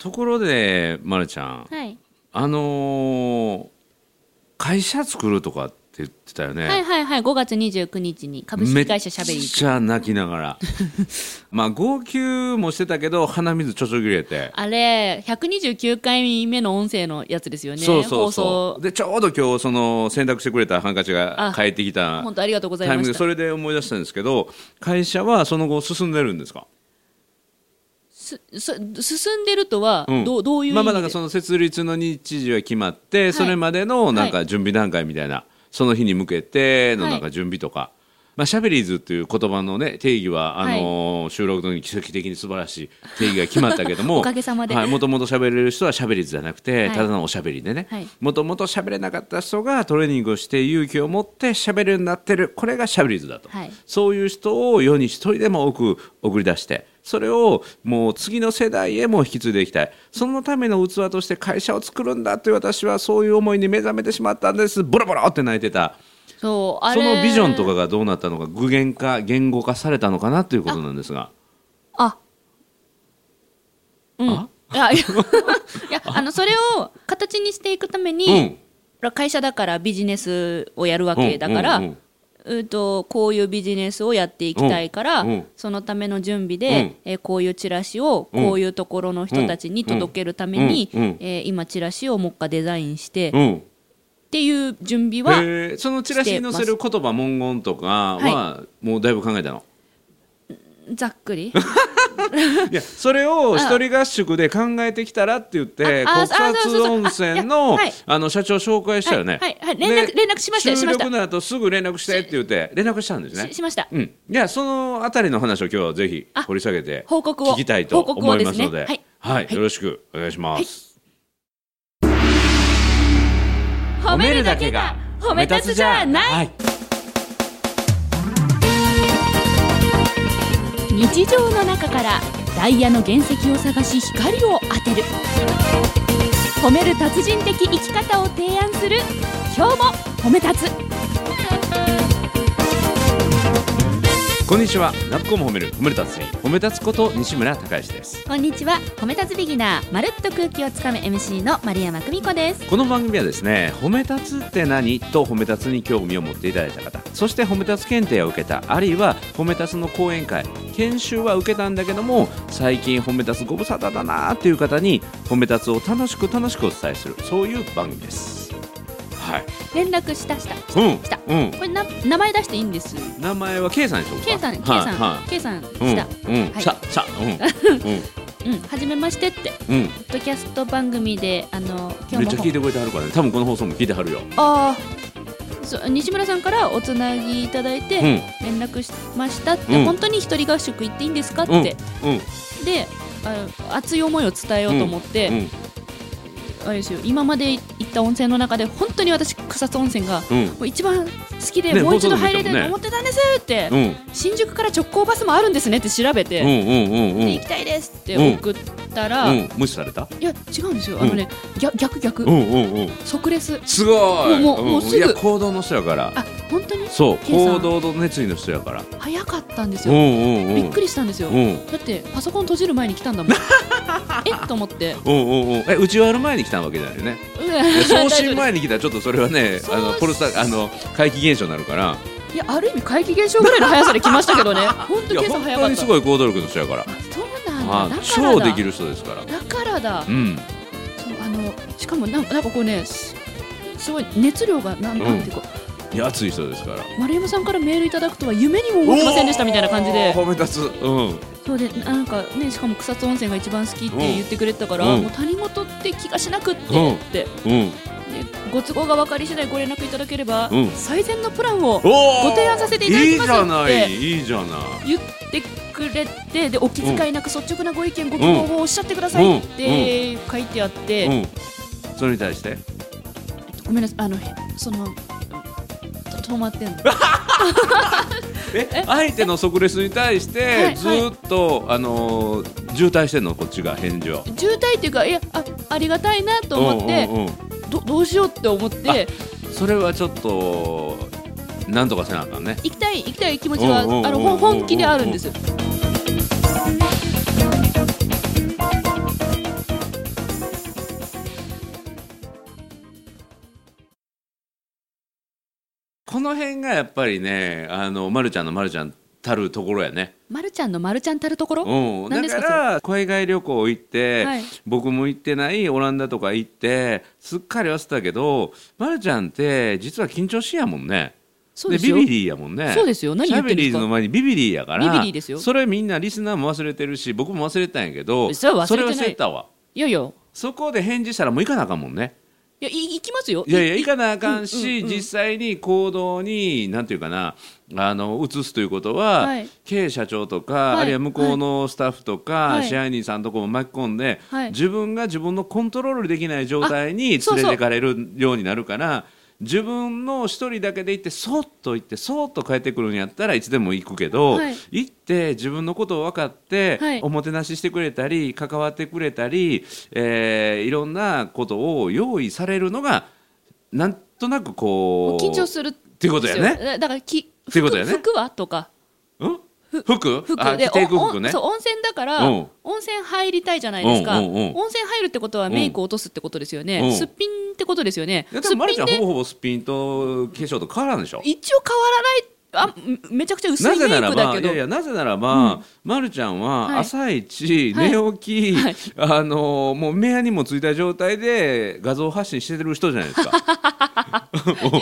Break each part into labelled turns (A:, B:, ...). A: ところで、ま、るちゃん
B: はい、
A: あのー会社作るとかって言ってたよね、
B: はいはいはい5月29日に株式会社しゃべり
A: めっちゃ泣きなが らまあ号泣もしてたけど鼻水ちょちょぎれて、
B: あれ129回目の音声のやつですよね
A: そうそうそ
B: 放
A: うでちょうど今日その選択してくれたハンカチが
B: あ
A: 帰ってきた
B: 送本当ありがとうござい
A: タイミ
B: ま
A: ングで
B: した
A: それで思い出したんですけど会社はその後進んでるんですか
B: すす進んでるとは、
A: うん
B: どうどういう意味で、
A: まあまあなんかその設立の日時は決まって、それまでのなんか準備段階みたいな、その日に向けてのなんか準備とか、まあ、シャベリーズっていう言葉のね定義はあのー収録の時に奇跡的に素晴らしい定義が決まったけども
B: おかげさまで
A: はい、もともと喋れる人はしゃべりずじゃなくて、
B: はい
A: ただのおしゃべりでね
B: はい
A: もともと喋れなかった人がトレーニングをして勇気を持ってしゃべるようになってるこれがしゃべりずだと、
B: はい
A: そういう人を世に一人でも多く送り出してそれをもう次の世代へも引き継いでいきたいそのための器として会社を作るんだという私はそういう思いに目覚めてしまったんですボロボロって泣いてた
B: そうあ
A: そ
B: れ
A: のビジョンとかがどうなったのか具現化言語化されたのかなということなんですが
B: あうん
A: あ
B: あいや いやあのそれを形にしていくために、会社だからビジネスをやるわけだから、
A: うんうんうん
B: うんとこういうビジネスをやっていきたいから、
A: うんうん
B: そのための準備で、えーこういうチラシを
A: うん
B: こういうところの人たちに届けるために、
A: うんうん
B: えー今チラシをもう一回デザインして、っ
A: うん
B: ていう準備は
A: へーそのチラシに載せる言葉文言とかはもうだいぶ考えたの、
B: ざっくり
A: い、やそれを一人合宿で考えてきたらって言って
B: ああ
A: 国
B: あそうそう
A: 札
B: そう
A: 温泉の
B: あいやはい
A: あの社長紹介したよね、
B: はいはい連絡
A: で
B: 連絡しましたよしました
A: 収録の後すぐ連絡してって言って連絡したんですね
B: し しました
A: うん、いやそのあたりの話を今日はぜひ
B: あ
A: 掘り下げて
B: 報告を
A: 聞きたいと
B: 報告
A: 思
B: を
A: い
B: で
A: ますす
B: ね
A: ので
B: はい
A: はい
B: はい
A: よろしくお願いします、
B: 褒めるだけが褒め立つじゃない、
A: はい
B: 日常の中からダイヤの原石を探し光を当てる褒める達人的生き方を提案する今日も褒め立つ
A: こんにちはなっこも褒める褒め立つに褒め立つこと西村孝之です
B: こんにちは褒め立つビギナーまるっと空気をつかむ MC の丸山久美子です
A: この番組はですね褒め立つって何と褒め立つに興味を持っていただいた方そして褒め立つ検定を受けたあるいは褒め立つの講演会研修は受けたんだけども最近褒め立つご無沙汰だなーっていう方に褒め立つを楽しく楽しくお伝えするそういう番組ですはい
B: 連絡したしたこ
A: うん
B: 来た
A: うん
B: れな名前出していいんです
A: 名前は K さんでしょうか
B: K さん K
A: はい
B: さ
A: は
B: ん K さんし
A: いうん
B: た
A: うん、
B: はい
A: ささ
B: うんはじめましてって
A: うんうん、うん、
B: ポッドキャスト番組であの 今
A: めっ
B: 日
A: ちゃ
B: も
A: 聞いてくれてはるからね多分この放送も聞いてはるよ
B: ああそう西村さんからおつなぎいただいて、
A: うん
B: 連絡しましたって、
A: うん
B: 本当に一人合宿行っていいんですかって、
A: うん
B: で
A: うん
B: あの熱い思いを伝えようと思って、
A: うん
B: あれですよ今まで行った温泉の中で本当に私草津温泉がも
A: うん
B: う一番好きで、
A: ね
B: もう一度入りた
A: 放送でも言ったもん
B: い
A: ね
B: と思ってたんですって、
A: うん
B: 新宿から直行バスもあるんですねって調べて、
A: うんうんうんう
B: で
A: ん
B: 行きたいですって送ったら、
A: う
B: い
A: ん無視された
B: や違うんですよあのね、逆逆逆、
A: うんうんうん
B: 即レス
A: すごい
B: もうもうもうすぐ
A: いや行動の人やから
B: あ本当に
A: そう
B: K さ
A: 行
B: ん
A: 動と熱意の人やから
B: 早かったんです
A: うん
B: よ、
A: うんうん
B: びっくりしたんですよ、
A: うんうん
B: だってパソコン閉じる前に来たんだ もんえっと思って
A: うんうんえ打ち終わる前に来たわけじゃないよねい や送信前に来たらちょっとそれはね
B: そう
A: あのポルサあの怪奇現象になるから
B: いやある意味怪奇現象ぐらいの速さで来ましたけど ね本
A: い
B: 当
A: や
B: 計算
A: 本
B: 早か
A: 当
B: っ
A: に
B: た
A: すごい行動力の人やから
B: そうな
A: あ
B: んだだから
A: 超
B: だ
A: できる人ですから
B: だからだ
A: うん
B: そうあのしかもなんなんかこうねすすごい熱量がなんなんていうか、
A: いや熱い人ですから
B: 丸山さんからメールいただくとは夢にも思ってませんでしたみたいな感じで
A: おー褒め立つうん
B: そうでなんかねしかも草津温泉が一番好きって言ってくれてたから、
A: うん
B: もう他人事って気がしなくって、
A: うん
B: ってで
A: うん
B: ご都合が分かり次第ご連絡いただければ、
A: うん
B: 最善のプランを
A: おー
B: ご提案させていただきますっ
A: い
B: て
A: いじゃないいいじゃない
B: 言ってくれてでお気遣いなく率直なご意見、ご希望をおっしゃってくださいって書いてあって、
A: うんそれに対して
B: ごめんなさいあのへそのと止まってんの
A: え相手の即レスに対し
B: はいは
A: て
B: い
A: ずーっと、あのー渋滞してんのこっちが返事を。
B: 渋滞っていうかいやあありがたいなと思って、
A: うんうんうん
B: どどうしようって思って
A: それはちょっとなんとかせなあかんね。
B: 行きたい行きたい気持ちはあ
A: うんうんうんうん
B: のほん本気であるんですよ
A: この辺がやっぱりねあの、ま、るちゃんのまるちゃんたるところやね。
B: まるちゃんのまるちゃんたるところ、
A: うん、だ
B: 何です
A: か
B: から
A: 海外旅行行って、
B: はい
A: 僕も行ってないオランダとか行ってすっかり忘れてたけど、ま、るちゃんって実は緊張しいやもんね。
B: そうです
A: ビ
B: よ
A: ビリーやもんね。
B: そうですよ何言ってるんです
A: シャベリ
B: か
A: ーズの前にビビリーやから。
B: ビビリーですよ
A: それみんなリスナーも忘れてるし、僕も忘れてたんやけど。
B: それは忘れてない
A: それは忘れたわ。
B: いやいやい
A: そこで返事したらもう行かなあかんもんね。
B: やい行きますよ
A: いやいや行かなあかんし、実際に行動になんていうかなあの移すということは、
B: はい
A: 経営社長とか、
B: はい
A: あるいは向こうのスタッフとか、
B: はい
A: 支配人さんとかも巻き込んで、
B: はい
A: 自分が自分のコントロールできない状態に連
B: そうそ
A: れて
B: う
A: かれるようになるから自分の一人だけで行ってそっと行ってそっと帰ってくるんやったらいつでも行くけど、
B: はい
A: 行って自分のことを分かって、
B: はい
A: おもてなししてくれたり関わってくれたり、えーいろんなことを用意されるのがなんとなくこう
B: 緊張するって
A: いうことやね
B: だからき
A: ていうことやね
B: 服服はとか
A: ん服
B: 服
A: あ
B: で
A: 着ていく
B: お
A: 服ね
B: おそう温泉だから
A: うん
B: 温泉入りたいじゃないですか
A: うんうんうん
B: 温泉入るってことはメイク落とすってことですよね、
A: うん
B: すっぴんってことですよね
A: いやですもま
B: っ
A: るち
B: ぴ
A: ゃ
B: ん
A: んほ
B: で
A: ぼほぼすっぴんと化粧と変わらんでしょ
B: 一応変わらないあめちゃくちゃ薄
A: ない
B: メ
A: ぜな
B: イ
A: ら
B: クだ
A: ば、
B: け
A: い
B: ど
A: やいや、なぜならば、まるちゃん
B: はい
A: は朝一、
B: はい
A: 寝起き、
B: はい
A: あのーもう目やにもついた状態で画像発信してる人じゃないですか。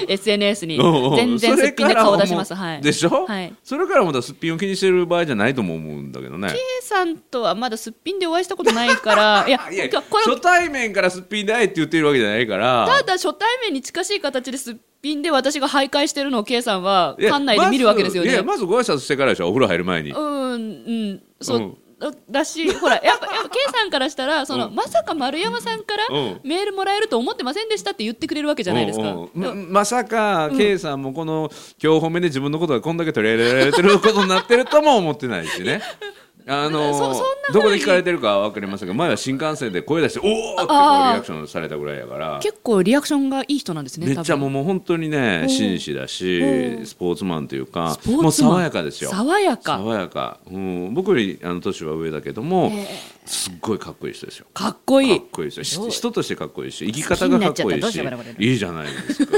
B: SNS に
A: うんうん
B: 全然すっぴんで顔出しま
A: そ
B: す
A: れからはも
B: はいう
A: でしょ、
B: はい
A: それからまたすっぴんを気にしてる場合じゃないとも思うんだけどね。
B: K さんとはまだすっぴんでお会いしたことないから いや
A: いや
B: ここれ
A: 初対面からすっぴんで会えって言ってるわけじゃないから。
B: ただ初対面に近しい形ですっぴんで私が徘徊してるのを K さんはい
A: や
B: 館内で見るわけですよね、
A: まずいや、まずご挨拶してからでしょ、お風呂入る前に。
B: うんうんそう、
A: うん
B: だだしほらやっぱやっぱ K さんからしたらその、
A: うん
B: まさか丸山さんから
A: うん
B: メールもらえると思ってませんでしたって言ってくれるわけじゃないですか。
A: うんうんま
B: だ
A: まさか、K さんもこの今日褒めで自分のことがこんだけ取り上げられてることになってるとも思ってないしね。あの
B: そそんな風に
A: どこで聞かれてるかは分かりませんが前は新幹線で声出して「おお!」ってこうリ
B: あー
A: アクションされたぐらいやから
B: 結構リアクションがいい人なんですね。
A: めっちゃ
B: 多分
A: もうもう本当にね
B: お
A: 紳士だ
B: お
A: しスポーツマンというか
B: スポーツマン
A: もう爽やかですよ
B: 爽やか
A: 爽やか、うん、僕よりあの年は上だけども、すっごいかっこいい人ですよ
B: かっこい
A: かっ
B: い。
A: こいいですよ
B: どう
A: し人としてかっこいいし生き方がかっこいい
B: 好きになっ
A: し
B: ちゃったどうしよう
A: いいじゃないですか。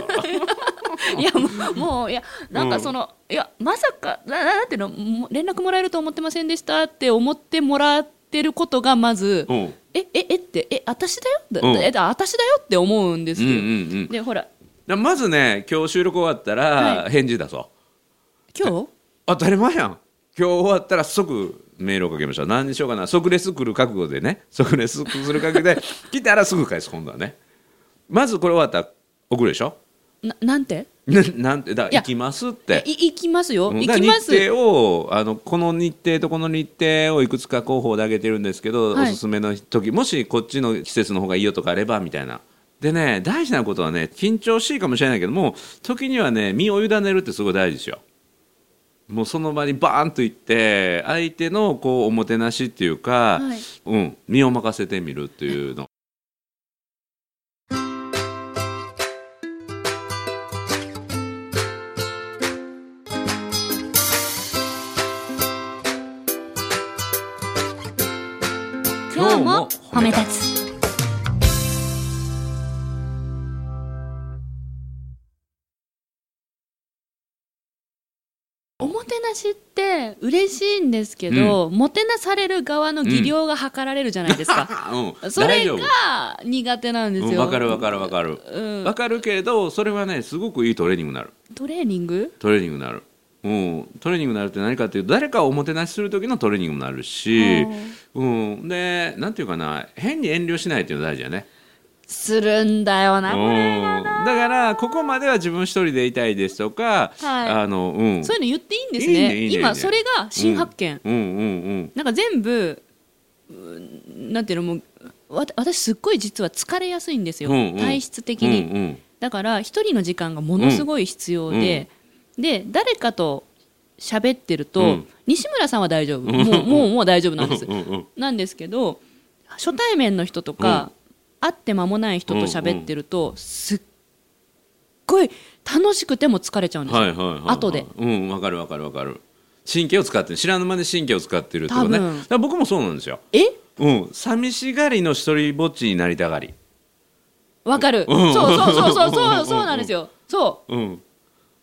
B: いやもうもういやなんかその、いやまさかななんていうのも連絡もらえると思ってませんでしたって思ってもらってることがまず、
A: うん
B: えええってえ私だよだ、
A: うん
B: えだ私だよって思うんです
A: う
B: よ。
A: んうん うん
B: でほら
A: だまずね今日収録終わったら
B: は
A: 返事出そう、
B: 今日
A: 当たり前やん今日終わったら即メールをかけました何にしようかな即レス来る覚悟でね即レスする覚悟 で来たらすぐ返す今度はねまずこれ終わったら送るでしょ
B: ななんて
A: ななんてだか
B: いや
A: ら行きますっ
B: い
A: て
B: 行きますよ、
A: うん
B: 行
A: だ
B: き
A: か
B: ま
A: ら
B: す
A: 日程をあのこの日程とこの日程をいくつか候補で挙げてるんですけど、
B: はい
A: おすすめの時もしこっちの季節の方がいいよとかあればみたいなでね大事なことはね緊張しいかもしれないけども時にはね身を委ねるってすごい大事ですよもうその場にバーンと行って相手のこうおもてなしっていうか、
B: はい
A: うん、身を任せてみるっていうの
B: 今日も褒め立つおもてなしって嬉しいんですけど、もてなされる側の技量が測られるじゃないですか、
A: うん、
B: そ
A: 大
B: れ
A: 丈夫
B: が苦手なんです
A: うん
B: よ、
A: わかるわかるわかる
B: うん
A: わかるけれどそれはねすごくいいトレーニングになる
B: トレーニング
A: トレーニングになる、うん、トレーニングになるって何かっていうと誰かをおもてなしする時のトレーニングになるし、うん、でなんていうかな変に遠慮しないっていうのが大事だね
B: するんだよな、
A: うん、だからここまでは自分一人でいたいですとか、
B: はい
A: あのうん
B: そういうの言っていいんです
A: いい
B: ね
A: ねいいねいい
B: 今
A: ね
B: それが新発見、
A: うんうんうん
B: なんか全部うんなんていうのもうわ私すっごい実は疲れやすいんですよ、
A: うんうん
B: 体質的
A: うん
B: に、
A: うん
B: だから一人の時間がものすごい必要で、で誰かと喋ってると、
A: うん
B: 西村さんは大丈夫もうもうもう大丈夫なんです
A: うんうん
B: なんですけど初対面の人とか、会って間もない人と喋ってると、すっごい楽しくても疲れちゃうんですよ、
A: はいはいはい、はい、
B: 後で
A: うんわかるわかるわかる神経を使ってる知らぬ間に神経を使ってるってことね
B: 多分
A: だから僕もそうなんですよ
B: え
A: うん寂しがりの一人ぼっちになりたがり
B: わかる、そうそうそうそうそうそうなんですよそう
A: うん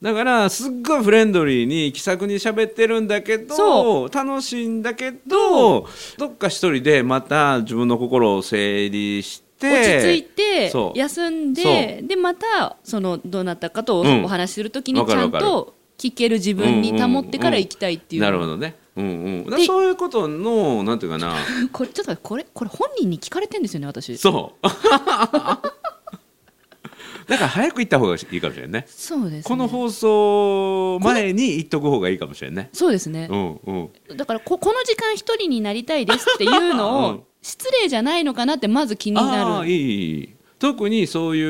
A: だからすっごいフレンドリーに気さくに喋ってるんだけ
B: そ
A: ど楽しいんだけどどっか一人でまた自分の心を整理して
B: 落ち着いて
A: そう
B: 休んででまたそのどなたかとお
A: うん
B: お話しするときに
A: わ
B: ち
A: かる
B: ゃ
A: わ
B: ん
A: かる
B: と聞ける自分に保ってから行きたいっていう
A: なるほどね、うんうん、だから
B: で
A: そういうことのなんていうか な
B: これちょっと待ってこれこれ本人に聞かれてんですよね私
A: そう だから早く行った方がいいかもしれんね
B: そうですね
A: この放送前に言っとく方がいいかもしれんね
B: そうですね
A: うんうん
B: だからここの時間一人になりたいですっていうの
A: う
B: を
A: ん
B: 失礼じゃないのかなってまず気に
A: あ
B: な
A: あ
B: る
A: いいいい特にそうい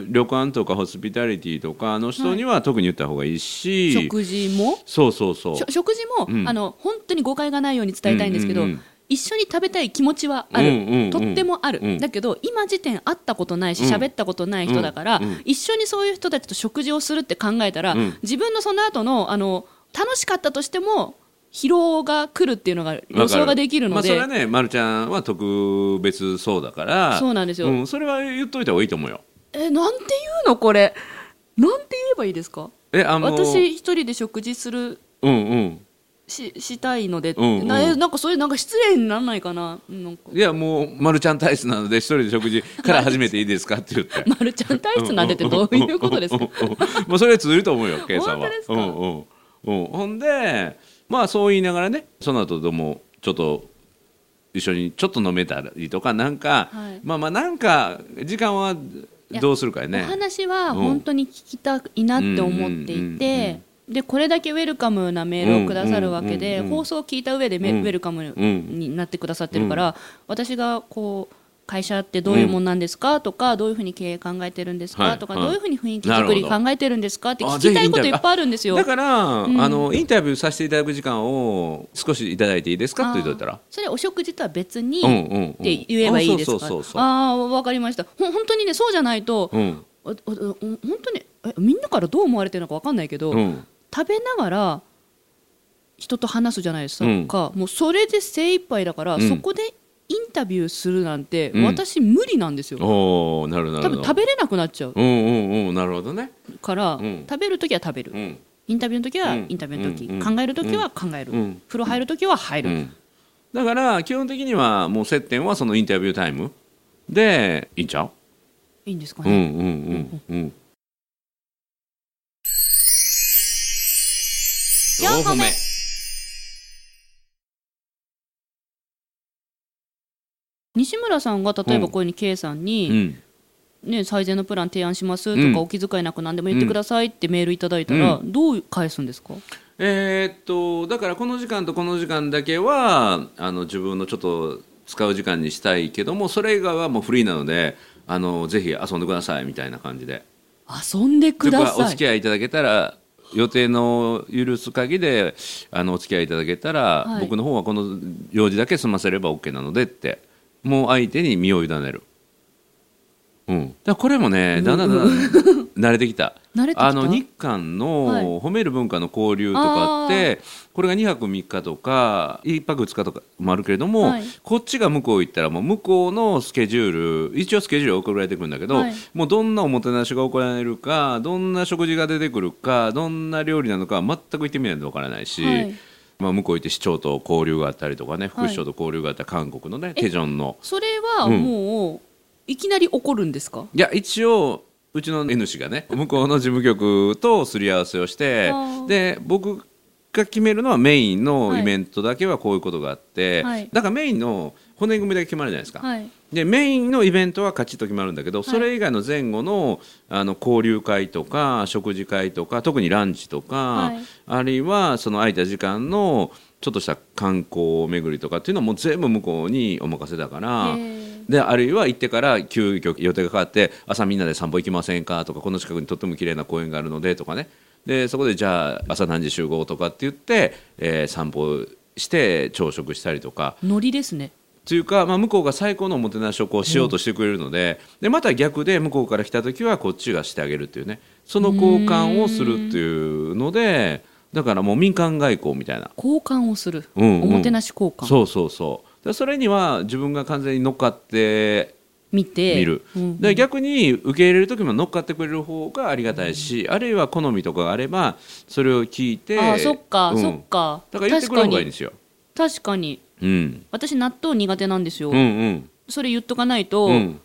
A: う旅館とかホスピタリティとかの人には特に言った方がいいし、
B: 食事も
A: そうそうそう
B: しょ食事も、
A: うん
B: あの本当に誤解がないように伝えたいんですけど、
A: うんうんうん
B: 一緒に食べたい気持ちはある、
A: うんうんうん
B: とってもある、
A: うん
B: だけど今時点会ったことないし
A: うん
B: 喋ったことない人だから、
A: うんうん
B: 一緒にそういう人たちと食事をするって考えたら、
A: うん
B: 自分のその後のあの楽しかったとしても疲労が来るっていうのが
A: わ
B: 予
A: かる
B: 想ができるので、
A: まあ、それはね、ま、るちゃんは特別そうだから
B: そうなんですよ
A: んそれは言っといた方がいいと思うよ
B: えなんて言うのこれなんて言えばいいですか
A: えあの
B: 私一人で食事する
A: うんうん
B: ししたいのでって、
A: うんうん
B: なえなんかそれなんか失礼にならないかななんか
A: いやもう、ま、るちゃん体質なので一人で食事から始めていいですかって言って
B: マルちゃん体質なんでってどういうことですか
A: んうんうんうん まあそれは通じると思う よ、ケイさんは。
B: 本当ですか
A: うんうんうん、ほんで、まあそう言いながらね、その後どうもちょっと一緒にちょっと飲めたりとか、なんか、
B: はい
A: まあまあなんか時間はどうするかよ
B: お
A: ね。
B: 話は
A: うん
B: 本当に聞きたいなって思って
A: うんうん
B: い
A: うんうん
B: て、でこれだけウェルカムなメールをくださるわけ
A: うんう
B: で、
A: んうんうん
B: 放送を聞いた上でメ、
A: うん
B: ウェルカム
A: うん
B: になってくださってるから、私がこう会社ってどういうもんなんですかとか、どういうふうに経営考えてるんですか、
A: はい
B: とか、
A: はい
B: どういうふうに雰囲気作り
A: なるほ
B: 考えてるんですかって
A: あ
B: 聞
A: ぜ
B: き
A: ひ
B: たいこと
A: インタビ
B: い
A: ュー
B: っぱいあるんですよ。
A: だから、
B: うん
A: あのインタビューさせていただく時間を少しいただいていいですかって言っといた
B: あー
A: ら。
B: それお食事とは別に、
A: うんうんうん
B: って言えばいいです
A: あ
B: か
A: そうそうそうそう
B: ああわかりましたほん本当にねそうじゃないと、
A: うん
B: おおお本当にえみんなからどう思われてるのかわかんないけど、
A: うん
B: 食べながら人と話すじゃないですか、
A: うん
B: もうそれで精一杯だから、
A: うん
B: そこでインタビューするなんて、
A: うん
B: 私無理なんですよ
A: おーなるほどな
B: 多
A: る
B: 分
A: ほど
B: 食べれなくなっちゃう
A: うんうんうんなるほどね、
B: から、
A: うん
B: 食べる時は食べる、
A: うん
B: インタビューの時は
A: うん
B: インタビューの時、
A: うん
B: 考える時は考える、
A: うん
B: 風呂入る時は入る、
A: うん、だから基本的にはもう接点はそのインタビュータイムでいいんちゃう
B: いいんですか
A: うんう
B: ね、
A: んうんうん
B: 四歩目西村さんが例えばこういうふうに K さんに、
A: うん
B: ね、最善のプラン提案しますとか、
A: うん
B: お気遣いなく何でも言ってくださいってメールいただいたら、どう返すんですか、
A: えーっとだからこの時間とこの時間だけはあの自分のちょっと使う時間にしたいけどもそれ以外はもうフリーなのであのぜひ遊んでくださいみたいな感じで
B: 遊んでくだ
A: というかお
B: さ
A: 付
B: い
A: き合いいただけたら予定の許す限りであのお付き合いいただけたら、
B: はい
A: 僕の方はこの用事だけ済ませれば OK なのでってもう相手に身を委ねる、うん、だからこれもねだんだんだんだん慣れてきた
B: 慣れてきた
A: あの日韓
B: はい
A: の褒める文化の交流とかって、これが2泊3日とか1泊2日とかもあるけれども、
B: はい
A: こっちが向こう行ったらもう向こうのスケジュール一応スケジュールは送られてくるんだけど、
B: はい
A: もうどんなおもてなしが行われるかどんな食事が出てくるかどんな料理なのか全く行ってみないとわからないし、
B: はい
A: まあ、向こう行って市長と交流があったりとかね
B: はい
A: 副市長と交流があった韓国のね
B: え
A: テジョンの
B: それはもう、いきなり怒るんですか
A: いや一応うちの N 氏がね向こうの事務局とすり合わせをして
B: あー
A: で僕が決めるのはメインの
B: はい
A: イベントだけはこういうことがあって、
B: はい
A: だからメインの骨組みだけ決まるじゃないですか、
B: はい
A: でメインのイベントはカチッと決まるんだけど、
B: い
A: それ以外の前後のあの交流会とか食事会とか特にランチとか、
B: はい
A: あるいはその空いた時間のちょっとした観光巡りとかっていうのはもう全部向こうにお任せだから
B: へー
A: であるいは行ってから急遽予定が変わって朝みんなで散歩行きませんかとかこの近くにとっても綺麗な公園があるのでとかねでそこでじゃあ朝何時集合とかって言って、えー散歩して朝食したりとか
B: ノリですね
A: というか、まあ、向こうが最高のおもてなしをこうしようとしてくれるので,、でまた逆で向こうから来た時はこっちがしてあげるっていうねその交換をするっていうのでだからもう民間外交みたいな
B: 交換をする、
A: うんうん
B: おもてなし交換
A: そうそうそうでそれには自分が完全に乗っかって
B: 見て
A: 見る、
B: うん
A: で逆に受け入れる時も乗っかってくれる方がありがたいし、あるいは好みとかがあればそれを聞いて
B: あーそっか、
A: うん
B: そっか
A: だから言ってくれる方がいいんですよ、
B: 確かに確かに
A: うん、
B: 私納豆苦手なんですよ、
A: うんうん
B: それ言っとかないと、
A: うん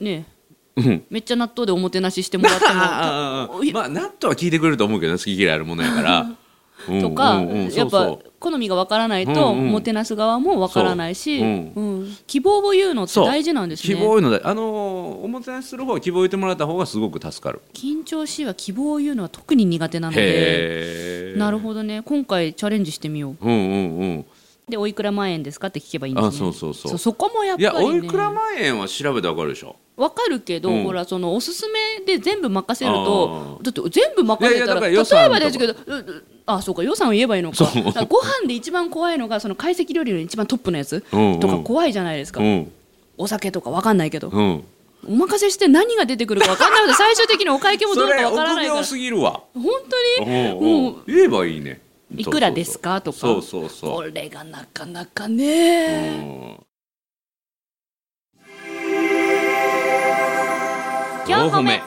B: ね
A: う
B: え
A: ん
B: めっちゃ納豆でおもてなししてもらっても
A: あーあーあーまあ納豆は聞いてくれると思うけどね好き嫌いあるものやからうん
B: とか、
A: うんうん
B: やっ
A: そう
B: ぱ
A: そう
B: 好みがわからないと、
A: うんうん
B: もてなす側もわからないし、
A: そううんん
B: 希望を言うのって
A: そう
B: 大事なんです
A: 希望を
B: ね
A: 言うのであのーおもてなしする方は希望を言ってもらった方がすごく助かる
B: 緊張しいは希望を言うのは特に苦手なので
A: へえ
B: なるほどね今回チャレンジしてみよう
A: うんうんうん
B: でおいくら万円ですかって聞けばいいんですね
A: あそうそうそう
B: そこもやっ
A: い
B: ぱり、
A: や
B: ね、
A: おいくら万円は調べてわかるでしょ
B: わかるけど、
A: うん
B: ほらそのおすすめで全部任せると
A: あ
B: だって全部任せたら
A: いやいやだから
B: 例えば
A: 予算とか
B: ですけどううあそうか予算を言えばいいのか
A: そう
B: だからご飯で一番怖いのがその懐石料理の一番トップのやつ
A: うんうん
B: とか怖いじゃないですか、
A: うん
B: お酒とかわかんないけど、
A: うん
B: お任せして何が出てくるかわかんないので最終的にお会計もどうかわから
A: それ
B: ないから
A: 臆病すぎるわ
B: 本当に
A: も
B: も
A: う言えばいいね
B: いくらですかとか
A: そうそうそ
B: こ
A: う
B: れがなかなかね、
A: 4
B: 四
A: 歩
B: 歩目
A: 目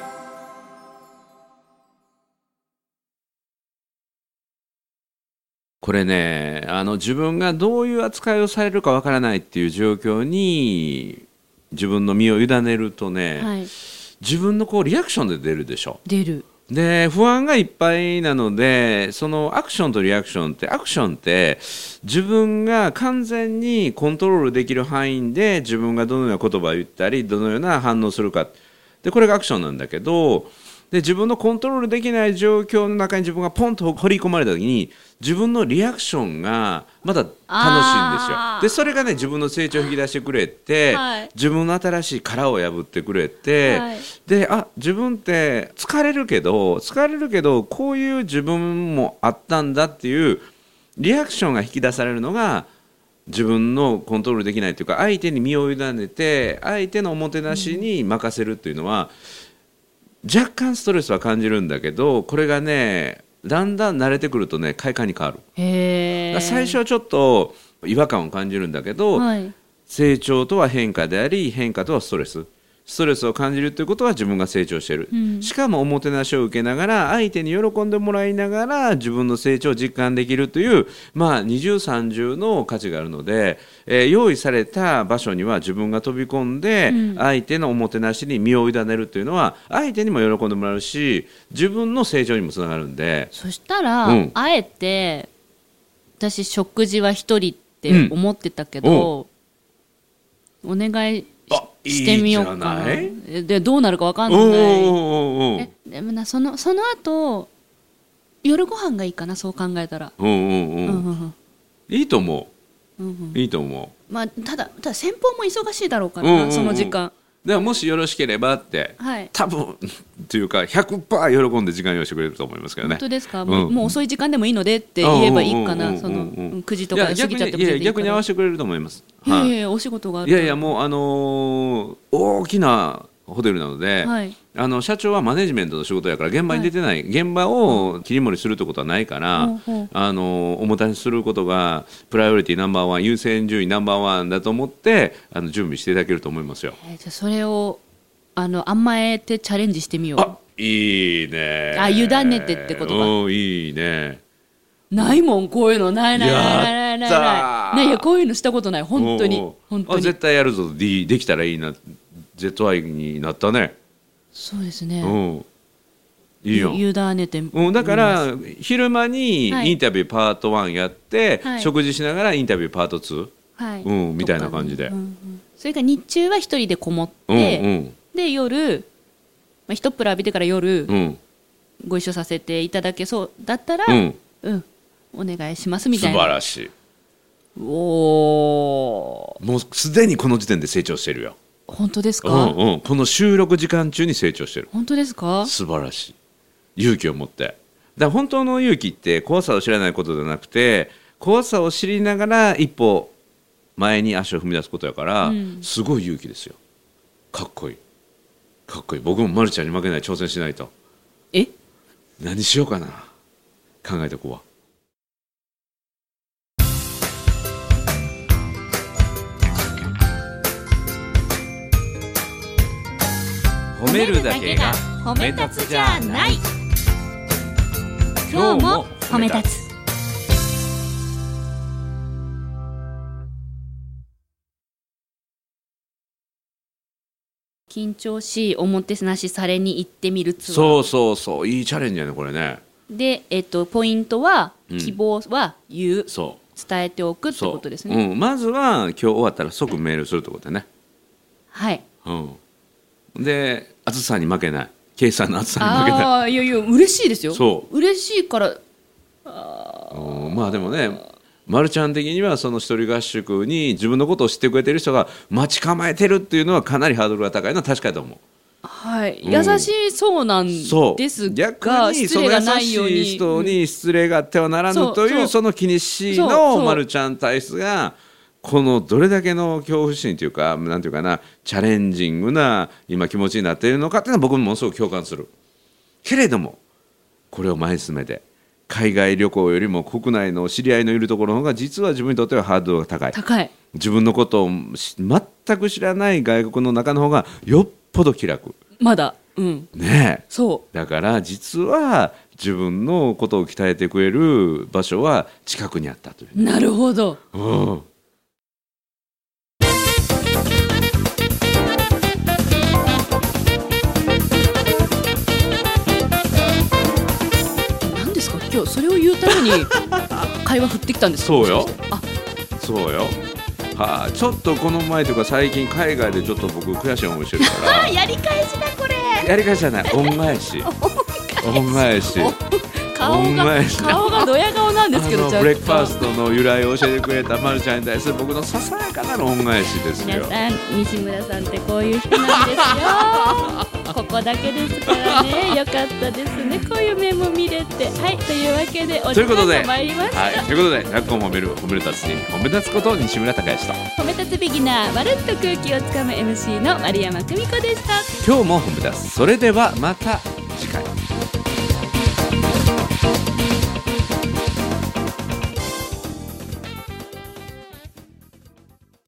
A: これねあの自分がどういう扱いをされるかわからないっていう状況に自分の身を委ねるとね、
B: はい、
A: 自分のこうリアクションで出るでしょ
B: 出る
A: で不安がいっぱいなのでそのアクションとリアクションってアクションって自分が完全にコントロールできる範囲で自分がどのような言葉を言ったりどのような反応するかでこれがアクションなんだけどで自分のコントロールできない状況の中に自分がポンと放り込まれた時に自分のリアクションがまだ楽しいんですよ
B: あー。
A: でそれがね自分の成長を引き出してくれて、
B: はい
A: 自分の新しい殻を破ってくれて、
B: はい
A: であ自分って疲れるけど疲れるけどこういう自分もあったんだっていうリアクションが引き出されるのが自分のコントロールできないというか相手に身を委ねて相手のおもてなしに任せるっていうのは、若干ストレスは感じるんだけどこれがねだんだん慣れてくるとね快感に変わる。
B: へ
A: だか
B: え
A: ら最初はちょっと違和感を感じるんだけど、
B: はい
A: 成長とは変化であり変化とはストレスストレスを感じるということは自分が成長している、
B: うん
A: しかもおもてなしを受けながら相手に喜んでもらいながら自分の成長を実感できるというまあ2030の価値があるので、えー用意された場所には自分が飛び込んで
B: うん
A: 相手のおもてなしに身を委ねるというのは相手にも喜んでもらうし自分の成長にもつながるんで
B: そしたら、
A: うん
B: あえて私食事は一人って思ってたけど、お願い
A: あ
B: してみようかな
A: じゃない
B: えでどうなるかわかん
A: おー
B: な
A: お
B: い
A: ーおー
B: えでもなそのその後夜ご飯がいいかなそう考えたら、
A: おーうんうん
B: う
A: うんん
B: うん
A: いいと思
B: うんうん
A: ういいと思う
B: まあ、ただただ先方も忙しいだろうから
A: うん
B: な、
A: うんうん
B: その時間
A: でももしよろしければって、
B: はい
A: 多分というか100%喜んで時間用意してくれると思いますけどね
B: 本当ですか、
A: うん
B: もうもう遅い時間でもいいのでって言えばいいか
A: うん
B: な
A: うん
B: そ
A: うんうん
B: の
A: うん
B: うん9時とか過ぎちゃっても全
A: いや逆
B: 然いいから
A: にいや逆に合わせてくれると思います、
B: いや
A: はいい、
B: やいやお仕事がある
A: いやいやもうあのー大きなホテルなので、
B: はい
A: あの社長はマネジメントの仕事やから現場に出てない、現場を切り盛りするってことはないから、
B: ほうほう
A: あのおもたせすることがプライオリティナンバーワン優先順位ナンバーワンだと思ってあの準備していただけると思いますよ。
B: えーじゃあそれをあの甘えてチャレンジしてみよ
A: あ
B: う
A: いいね
B: あ委ねてってことか
A: うんいいね
B: ないもんこういうのないないないないな
A: やっ
B: い
A: た
B: ない
A: ー
B: ねいやこういうのしたことない本当
A: おうお
B: に
A: う
B: 本当
A: あ
B: に
A: 絶対やるぞ D できたらいいな ZY になったね
B: そうですね
A: うんいいよ
B: ゆ委ねて
A: うん、だから昼間に
B: はい
A: インタビューパート1やって、
B: はい
A: 食事しながらインタビューパート2、
B: はい
A: うんみたいな感じで
B: うんうんそれから日中は一人でこもって、
A: うん
B: で夜、まあ、一プラ浴びてから夜、
A: うんうん
B: ご一緒させていただけそうだったら、
A: うん
B: うんお願いしますみ
A: 素
B: たい
A: 晴
B: な
A: らし
B: おー
A: いもうすでにこの時点で成長してるよ、
B: 本当です
A: う
B: か、
A: んうん、この収録時間中に成長してる
B: 本当ですか
A: 素晴らしい勇気を持ってだから本当の勇気って怖さを知らないことじゃなくて怖さを知りながら一歩前に足を踏み出すことやから、
B: うん
A: すごい勇気ですよかっこいいかっこいい僕もまるちゃんに負けない挑戦しないと
B: え
A: 何しようかな考えておこうわ褒めるだけが
B: 褒め立つじゃない
A: 今
B: 今日
A: 日
B: も
A: も
B: 褒
A: 褒
B: め
A: め
B: 立
A: 立
B: つ緊張しおもてなしされに行ってみるツアー
A: そうそうそういいチャレンジやねこれね
B: で、えっと、ポイントは、
A: うん
B: 希望は言う
A: そ
B: 伝えておくっ
A: う
B: て
A: そう
B: ことですね、
A: うん、まずは今日終わったら即メールするってことだね
B: はい
A: うんで暑さに負けない計算の暑さに負けない
B: ああーいやいや嬉しいですよ
A: そう
B: 嬉しいから
A: うんまあでもね、ま、るちゃん的にはその一人合宿に自分のことを知ってくれてる人が待ち構えてるっていうのはかなりハードルが高いのは確かだと思う。
B: はい、
A: うん
B: 優しそうなん
A: そう
B: です
A: 逆
B: が
A: に
B: 失
A: その
B: 礼が
A: 優
B: ないよう
A: しい
B: に
A: 人に失礼があってはなら
B: そう
A: ぬと
B: そ
A: いううその気にしい
B: そう
A: の
B: そう
A: まるちゃん体質がこのどれだけの恐怖心というかなんていうかなチャレンジングな今気持ちになっているのかっていうのは僕もものすごく共感するけれどもこれを前に進めて海外旅行よりも国内の知り合いのいるところの方が実は自分にとってはハードルが高い
B: 高い
A: 自分のことをし全く知らない外国の中の方がよっぽど気楽
B: まだうん
A: ねえ
B: そ
A: だから実は自分のことを鍛えてくれる場所は近くにあったという
B: なるほど
A: う、うん、
B: 何ですか今日それを言うた めに会話振ってきたんですか
A: そうよ
B: もしかしてあ
A: そうよはあ、ちょっとこの前というか最近海外でちょっと僕悔しい思いしてるか
B: あやり返しだこれ
A: らやり返しじゃない恩返し恩返し
B: 顔
A: ほんま
B: が
A: やな
B: 顔がドヤ顔なんですけど
A: あの
B: ちょっと
A: ブレックファーストの由来を教えてくれたまるちゃんに対する僕のささやかなる恩返しです
B: 皆
A: よ
B: さん西村さんってこういう人なんです よここだけですからねよかったですねこういう面も見れてはいというわけでお
A: と
B: 時
A: いうことで
B: 間が参りました、
A: はい、ということで「ラッコを褒める褒めるたつに褒め立つこと西村隆之と
B: 褒め立つビギナーまるっと空気をつかむ MC の丸山久美子でした
A: 今日も褒め立つそれではまた